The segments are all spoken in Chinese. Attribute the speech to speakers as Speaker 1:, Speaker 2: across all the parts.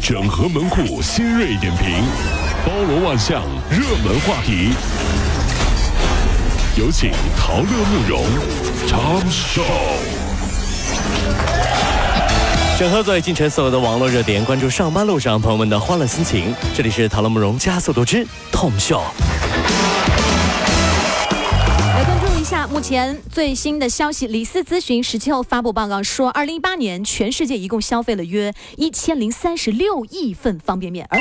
Speaker 1: 整合门户新锐点评，包罗万象，热门话题。有请陶乐慕容长寿。
Speaker 2: 整合最近城所有的网络热点，关注上班路上朋友们的欢乐心情。这里是《讨论慕容加速度之 Tom Show》。
Speaker 3: 来关注一下目前最新的消息，李四咨询十七号发布报告说，二零一八年全世界一共消费了约一千零三十六亿份方便面，而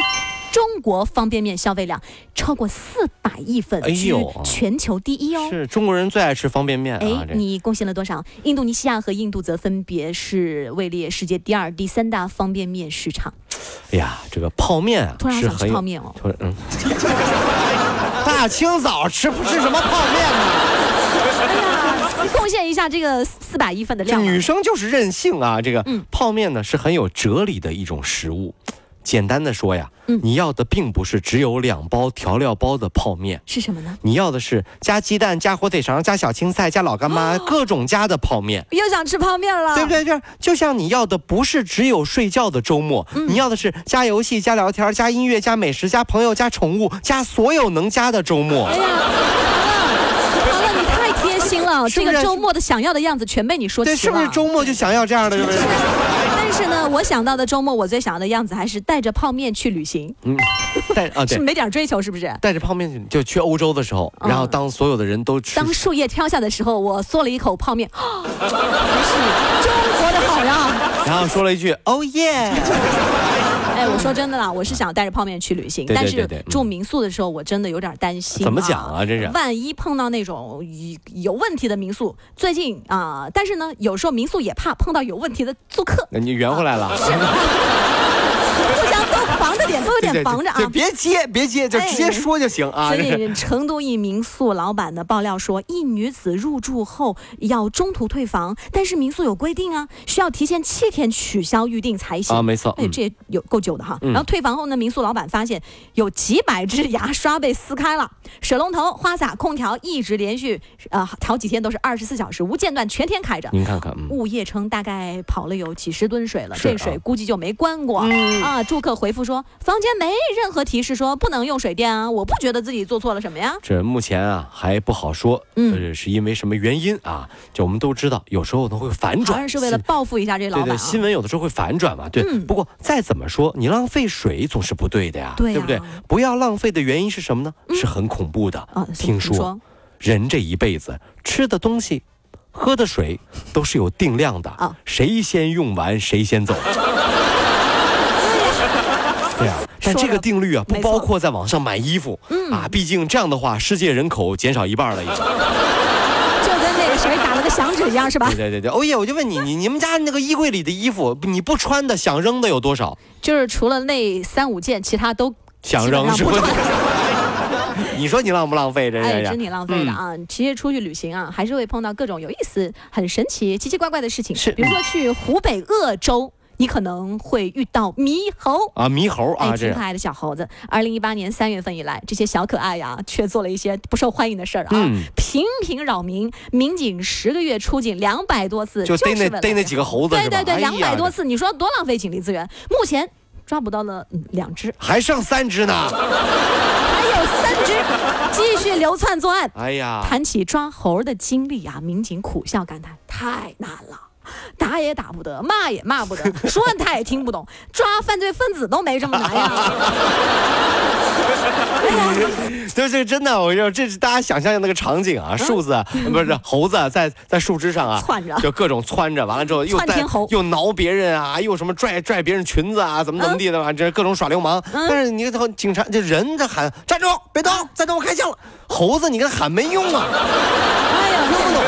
Speaker 3: 中国方便面消费量超过四百亿份，
Speaker 2: 哎
Speaker 3: 居
Speaker 2: 呦
Speaker 3: 全球第一哦。
Speaker 2: 是中国人最爱吃方便面啊
Speaker 3: 哎！，
Speaker 2: 这
Speaker 3: 你贡献了多少？印度尼西亚和印度则分别是位列世界第二、第三大方便面市场。
Speaker 2: 哎呀，这个泡面啊，
Speaker 3: 突然
Speaker 2: 是
Speaker 3: 想
Speaker 2: 很
Speaker 3: 吃
Speaker 2: 有
Speaker 3: 泡面哦，
Speaker 2: 突然 嗯，大清早吃不吃什么泡面啊 呢？
Speaker 3: 贡献一下这个四百亿份的
Speaker 2: 这
Speaker 3: 量啊。
Speaker 2: 女生就是任性啊！这个
Speaker 3: 嗯
Speaker 2: 泡面呢是很有哲理的一种食物。简单的说呀，
Speaker 3: 嗯
Speaker 2: 你要的并不是只有两包调料包的泡面。
Speaker 3: 是什么呢？
Speaker 2: 你要的是加鸡蛋、加火腿肠、加小青菜、加老干妈，各种加的泡面，
Speaker 3: 又想吃泡面了，
Speaker 2: 对不？对？就是就像你要的不是只有睡觉的周末，
Speaker 3: 嗯
Speaker 2: 你要的是加游戏、加聊天、加音乐、加美食、加朋友、加宠物、加所有能加的周末
Speaker 3: 哎。呀，完了，完了，你太贴心了！
Speaker 2: 是
Speaker 3: 这
Speaker 2: 不是
Speaker 3: 个周末的想要的样子全被你说齐
Speaker 2: 对，
Speaker 3: 了。
Speaker 2: 是不是周末就想要这样 的？是不是？
Speaker 3: 但是呢，我想到的周末我最想要的样子还是带着泡面去旅行，
Speaker 2: 嗯，带啊
Speaker 3: 是
Speaker 2: 对，
Speaker 3: 没点追求，是不是？
Speaker 2: 带着泡面就去欧洲的时候，
Speaker 3: 嗯
Speaker 2: 然后当所有的人都吃
Speaker 3: 当树叶飘下的时候，我嗦了一口 泡面，啊还是中国的好 呀！
Speaker 2: 然后说了一句“哦耶
Speaker 3: 哎，我说真的啦，我是想带着泡面去旅行，
Speaker 2: 对对
Speaker 3: 但
Speaker 2: 对
Speaker 3: 是
Speaker 2: 对嗯
Speaker 3: 住民宿的时候，我真的有点担心。
Speaker 2: 怎么讲啊这是
Speaker 3: 万一碰到那种有有问题的民宿，最近啊、但是呢，有时候民宿也怕碰到有问题的租 客”，。
Speaker 2: 那你圆回来了。
Speaker 3: 互相都防着点，都有
Speaker 2: 对对
Speaker 3: 点防着啊
Speaker 2: 对，。别接，别接，就直接
Speaker 3: 哎
Speaker 2: 说就行啊。
Speaker 3: 所
Speaker 2: 这是
Speaker 3: 以，成都一民宿老板呢爆料说，一女子入住后要中途退房，但是民宿有规定啊，需要提前七天取消预定才行。
Speaker 2: 啊，没错。
Speaker 3: 哎，
Speaker 2: 嗯
Speaker 3: 这也有够久的哈。
Speaker 2: 嗯
Speaker 3: 然后退房后呢，民宿老板发现有几百只牙刷被撕开了，水龙头、花洒、空调一直连续呃好几天都是二十四小时无间断全天开着。
Speaker 2: 您看看，嗯。
Speaker 3: 物业称大概跑了有几十吨水了，
Speaker 2: 是啊
Speaker 3: 这水估计就没关过、
Speaker 2: 嗯
Speaker 3: 啊。住客回复说，房间没任何提示说不能用水电啊，我不觉得自己做错了什么呀。
Speaker 2: 这目前啊还不好说，
Speaker 3: 嗯
Speaker 2: 呃，是因为什么原因啊？就我们都知道，有时候呢会反
Speaker 3: 好
Speaker 2: 转，
Speaker 3: 像是为了
Speaker 2: 新
Speaker 3: 报复一下这老
Speaker 2: 对
Speaker 3: 板
Speaker 2: 对，
Speaker 3: 啊。
Speaker 2: 新闻有的时候会反转嘛，对。
Speaker 3: 嗯
Speaker 2: 不过再怎么说，你浪费水总是不对的呀，
Speaker 3: 对
Speaker 2: 不对
Speaker 3: 呀？嗯
Speaker 2: 不要浪费的原因是什么呢？是很恐怖的。
Speaker 3: 啊，
Speaker 2: 听说人这一辈子吃的东西、喝的水都是有定量的，
Speaker 3: 啊
Speaker 2: 谁先用完谁先 走。对啊，但
Speaker 3: 说
Speaker 2: 这个
Speaker 3: 得
Speaker 2: 定律啊，不
Speaker 3: 没
Speaker 2: 包
Speaker 3: 错
Speaker 2: 括在网上买衣服、
Speaker 3: 嗯啊
Speaker 2: 啊，毕竟这样的话，世界人口减少一半了已经。
Speaker 3: 就跟那个谁打了个响指一样，是吧
Speaker 2: 对？对对对，欧耶，我就问你，你你们家那个衣柜里的衣服，你不穿的想扔的有多少？
Speaker 3: 就是除了那三五件，其他都
Speaker 2: 想
Speaker 3: 基本
Speaker 2: 扔
Speaker 3: 上
Speaker 2: 是
Speaker 3: 不
Speaker 2: 不是
Speaker 3: 穿？
Speaker 2: 你说你浪不浪费这
Speaker 3: 哎，
Speaker 2: 这
Speaker 3: 真挺浪费的啊！
Speaker 2: 嗯
Speaker 3: 其实出去旅行啊，还是会碰到各种有意思、很神奇、奇奇怪怪的事情。
Speaker 2: 是
Speaker 3: 比如说去湖北鄂州，你可能会遇到猕猴。
Speaker 2: 啊，猕猴啊，
Speaker 3: 哎，
Speaker 2: 这
Speaker 3: 挺可爱的小猴子。二零一八年三月份以来，这些小可爱呀、却做了一些不受欢迎的事儿啊，
Speaker 2: 嗯
Speaker 3: 频频扰民。民警十个月出警两百多次，
Speaker 2: 就逮
Speaker 3: 啊是为
Speaker 2: 那
Speaker 3: 了
Speaker 2: 逮那几个猴子
Speaker 3: 对
Speaker 2: 是吧
Speaker 3: 对？对，
Speaker 2: 哎呀
Speaker 3: 两百多，次，你说多浪费警力资源？目前抓捕到了嗯两只，
Speaker 2: 还剩三只呢。
Speaker 3: 还有三只继续流窜作案。
Speaker 2: 哎呀，
Speaker 3: 谈起抓猴儿的经历啊，民警苦笑感叹：太难了。打也打不得，骂也骂不 得，说他也听不懂，抓犯罪分子都没这么难 呀！哎
Speaker 2: 对对，真的，我 就这是大家想象的那个场景啊，树子 不是猴子在在树枝上啊，
Speaker 3: 嗯窜着
Speaker 2: 就各种窜着，完了之后又
Speaker 3: 窜
Speaker 2: 带
Speaker 3: 天猴
Speaker 2: 又挠别人啊，又什么拽拽别人裙子啊，怎么怎么地的嘛，这各种耍流氓。
Speaker 3: 嗯
Speaker 2: 但是你看警察这人这喊站住，别动，再动我开枪了。猴子你跟他喊没用啊，
Speaker 3: 哎呀，
Speaker 2: 听不懂。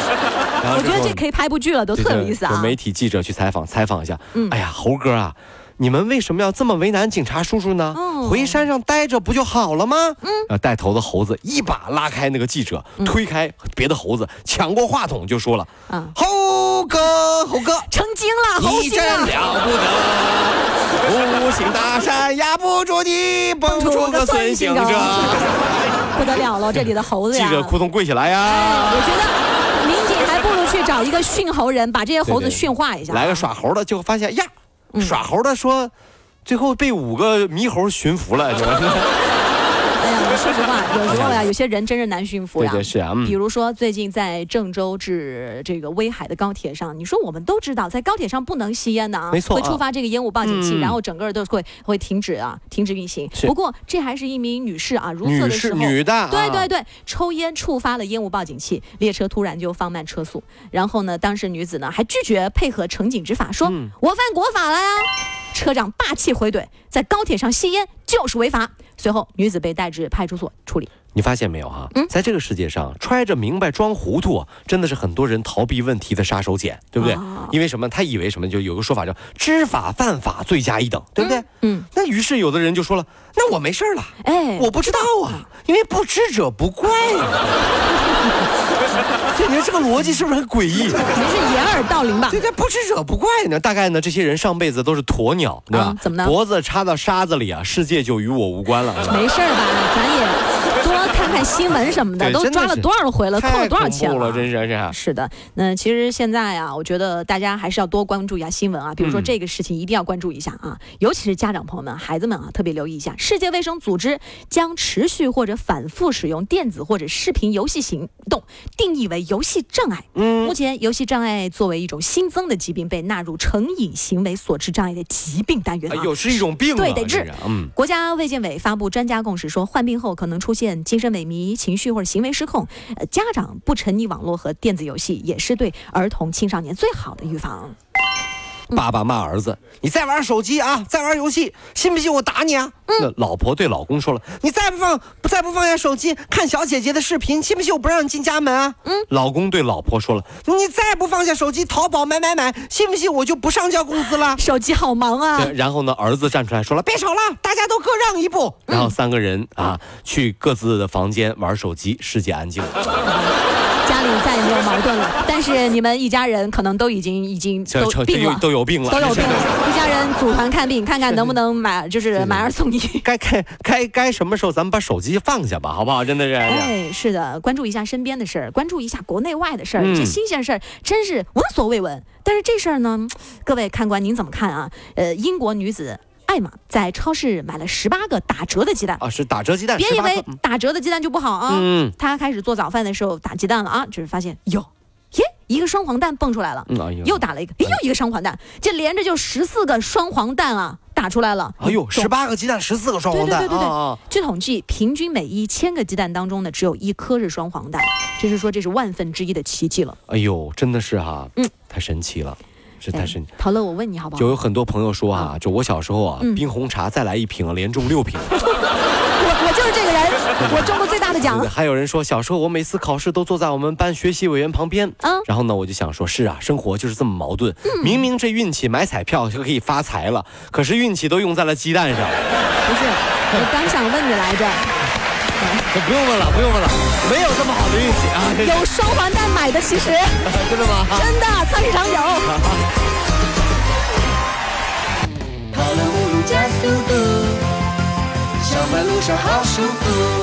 Speaker 2: 然后
Speaker 3: 我觉得
Speaker 2: 之后
Speaker 3: 这可以拍部剧了，都
Speaker 2: 对
Speaker 3: 特有
Speaker 2: 啊对
Speaker 3: 意思
Speaker 2: 就
Speaker 3: 啊！嗯
Speaker 2: 媒体记者去采访采访一下，哎呀，猴哥啊，你们为什么要这么为难警察叔叔呢？
Speaker 3: 嗯
Speaker 2: 回山上待着不就好了吗？嗯，然后带头的猴子一把拉开那个记者，
Speaker 3: 嗯
Speaker 2: 推开别的猴子，抢过话筒就说了：“
Speaker 3: 啊，
Speaker 2: 猴哥，猴哥，
Speaker 3: 成精了，猴
Speaker 2: 你
Speaker 3: 精
Speaker 2: 真
Speaker 3: 了，
Speaker 2: 了不得，五行大山压不住你，蹦出个孙行者。
Speaker 3: 不得了了，这里的猴”子
Speaker 2: 记
Speaker 3: 呀！
Speaker 2: 者扑通跪下来呀、
Speaker 3: 哎我觉得民警还不如去找一个驯猴人，把这些猴
Speaker 2: 对
Speaker 3: 子
Speaker 2: 对
Speaker 3: 驯化一下啊。嗯
Speaker 2: 来个耍猴的，就发现呀，耍猴的说。最后被五个猕猴驯服 了，是吧？
Speaker 3: 哎呀，说实话，有时候呀，有些人真是难驯服呀。
Speaker 2: 对对是啊嗯
Speaker 3: 比如说最近在郑州至这个威海的高铁上，你说我们都知道，在高铁上不能吸烟的啊，
Speaker 2: 没错啊
Speaker 3: 会触发这个烟雾报警器，
Speaker 2: 嗯
Speaker 3: 然后整个儿都会会停止啊，停止运行。
Speaker 2: 是
Speaker 3: 不过这还是一名女士啊，如厕
Speaker 2: 女
Speaker 3: 的时
Speaker 2: 士，
Speaker 3: 候。
Speaker 2: 女的、啊，
Speaker 3: 对对对，抽烟触发了烟雾报警器，列车突然就放慢车速。然后呢，当时女子呢还拒绝配合乘警执法，说、
Speaker 2: 嗯
Speaker 3: 我犯国法了呀。车长霸气回怼，在高铁上吸烟就是违法。随后，女子被带至派出所处理。
Speaker 2: 你发现没有哈、
Speaker 3: 嗯
Speaker 2: 在这个世界上，揣着明白装糊涂，真的是很多人逃避问题的杀手锏，对不对？
Speaker 3: 啊
Speaker 2: 因为什么？他以为什么？就有个说法叫“知法犯法，罪加一等”，对不对？
Speaker 3: 嗯，
Speaker 2: 那于是有的人就说了：“那我没事儿了，
Speaker 3: 哎，
Speaker 2: 我不知道啊，因为不知者不怪呀、 这你说这个逻辑是不是很诡异？
Speaker 3: 还是掩耳盗铃吧
Speaker 2: 对。对，不知者不怪呢。大概呢，这些人上辈子都是鸵鸟，对吧？
Speaker 3: 啊怎么呢
Speaker 2: 脖子插到沙子里啊，世界就与我无关了。是吧
Speaker 3: 没事儿吧，咱也多看看新闻什么的，
Speaker 2: 对
Speaker 3: 都
Speaker 2: 真的
Speaker 3: 抓了
Speaker 2: 是
Speaker 3: 多少回了，扣
Speaker 2: 太
Speaker 3: 了多少
Speaker 2: 恐
Speaker 3: 钱
Speaker 2: 怖了，真是啊是。
Speaker 3: 是的，那其实现在啊，我觉得大家还是要多关注一下新闻啊，比如说
Speaker 2: 嗯
Speaker 3: 这个事情一定要关注一下啊，尤其是家长朋友们、孩子们啊，特别留意一下。世界卫生组织将持续或者反复使用电子或者视频游戏行动定义为游戏障碍。
Speaker 2: 嗯
Speaker 3: 目前，游戏障碍作为一种新增的疾病，被纳入成瘾行为所致障碍的疾病单元
Speaker 2: 哎
Speaker 3: 啊。
Speaker 2: 呦，是一种病啊，
Speaker 3: 对得
Speaker 2: 这
Speaker 3: 治
Speaker 2: 是。嗯，
Speaker 3: 国家卫健委发布专家共识说，患病后可能出现精神萎靡、情绪或者行为失控。呃，家长不沉溺网络和电子游戏，也是对儿童青少年最好的预防。嗯
Speaker 2: 爸爸骂儿子：“你再玩手机啊，再玩游戏，信不信我打你啊？”
Speaker 3: 嗯
Speaker 2: 那老婆对老公说了：“你再不放，再不放下手机，看小姐姐的视频，信不信我不让你进家门啊？”嗯，老公对老婆说了：“你再不放下手机，淘宝买买买，信不信我就不上交工资了？”
Speaker 3: 手机好忙啊
Speaker 2: 对！然后呢，儿子站出来说了：“别吵了，大家都各让一步。”
Speaker 3: 嗯
Speaker 2: 然后三个人啊，去各自的房间玩手机，世界安静了，
Speaker 3: 家里再也没有矛盾了，但是你们一家人可能都已经已经
Speaker 2: 这
Speaker 3: 都
Speaker 2: 这这
Speaker 3: 病
Speaker 2: 又
Speaker 3: 了，
Speaker 2: 都有病了，
Speaker 3: 都有病了，一家人组团看病，看看能不能买就是
Speaker 2: 的
Speaker 3: 买二送一。
Speaker 2: 该该该该什么时候咱们把手机放下吧，好不好？真的是。
Speaker 3: 哎，是的，关注一下身边的事儿，关注一下国内外的事儿，
Speaker 2: 嗯
Speaker 3: 这新鲜事儿真是闻所未闻。但是这事儿呢，各位看官您怎么看啊？呃，英国女子艾玛在超市买了十八个打折的鸡蛋，
Speaker 2: 啊，是打折鸡蛋，
Speaker 3: 别以
Speaker 2: 18
Speaker 3: 为
Speaker 2: 克
Speaker 3: 打折的鸡蛋就不好啊。
Speaker 2: 嗯
Speaker 3: 她开始做早饭的时候打鸡蛋了啊，就是发现哟，耶，一个双黄蛋蹦出来了，
Speaker 2: 嗯，哎呦，
Speaker 3: 又打了一个，哎又一个双黄蛋，这连着就十四个双黄蛋啊，打出来了。
Speaker 2: 哎呦，
Speaker 3: 总
Speaker 2: 十八个鸡蛋，十四个双
Speaker 3: 对
Speaker 2: 黄
Speaker 3: 对
Speaker 2: 蛋
Speaker 3: 对对对，
Speaker 2: 啊啊！
Speaker 3: 据统计，平均每一千个鸡蛋当中呢，只有一颗是双黄蛋，就是说这是万分之一的奇迹了。
Speaker 2: 哎呦，真的是哈
Speaker 3: 嗯，
Speaker 2: 太神奇了，是
Speaker 3: 哎
Speaker 2: 太神奇。
Speaker 3: 陶乐，我问你好不好？
Speaker 2: 就有很多朋友说啊，就我小时候啊
Speaker 3: 嗯，
Speaker 2: 冰红茶再来一瓶，连中六瓶。
Speaker 3: 我我就是这个 人，我中过最大的奖
Speaker 2: 对还有人说，小时候我每次考试都坐在我们班学习委员旁边。
Speaker 3: 啊！
Speaker 2: 然后呢，我就想说，是啊，生活就是这么矛盾。明明这运气买彩票就可以发财了，可是运气都用在了鸡蛋上。
Speaker 3: 不是，我刚想问你来着，
Speaker 2: 不用问了，不用问了，没有这么好的运气啊！ 真
Speaker 3: 有双黄蛋买的，其
Speaker 2: 是
Speaker 3: 实
Speaker 2: 真的吗？
Speaker 3: 真的菜市场有。
Speaker 4: 跑了五路加速度，上班路上好舒服。